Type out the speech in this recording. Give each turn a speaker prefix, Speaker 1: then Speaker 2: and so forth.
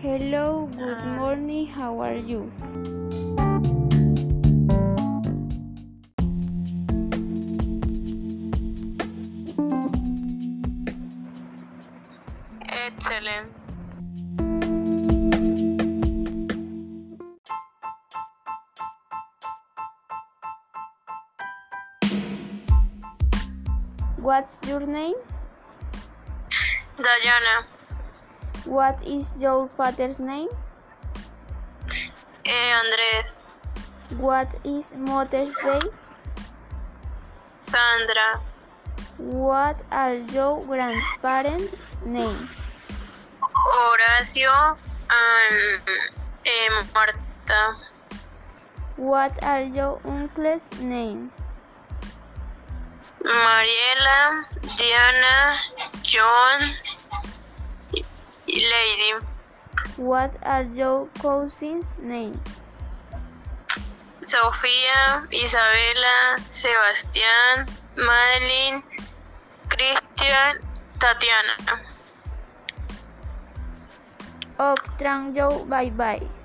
Speaker 1: Hello, good morning, how are you?
Speaker 2: Excellent.
Speaker 1: What's your name?
Speaker 2: Diana,
Speaker 1: What is your father's name?
Speaker 2: eh, Andrés,
Speaker 1: What is Mother's Day?
Speaker 2: Sandra,
Speaker 1: What are your grandparents' names?
Speaker 2: Horacio, um, eh, Marta,
Speaker 1: What are your uncle's names?
Speaker 2: Mariela, Diana, John, y- y Lady,
Speaker 1: What are your cousins' names?
Speaker 2: Sofía, Isabela, Sebastián, Madeline, Cristian, Tatiana.
Speaker 1: Octran yo bye bye.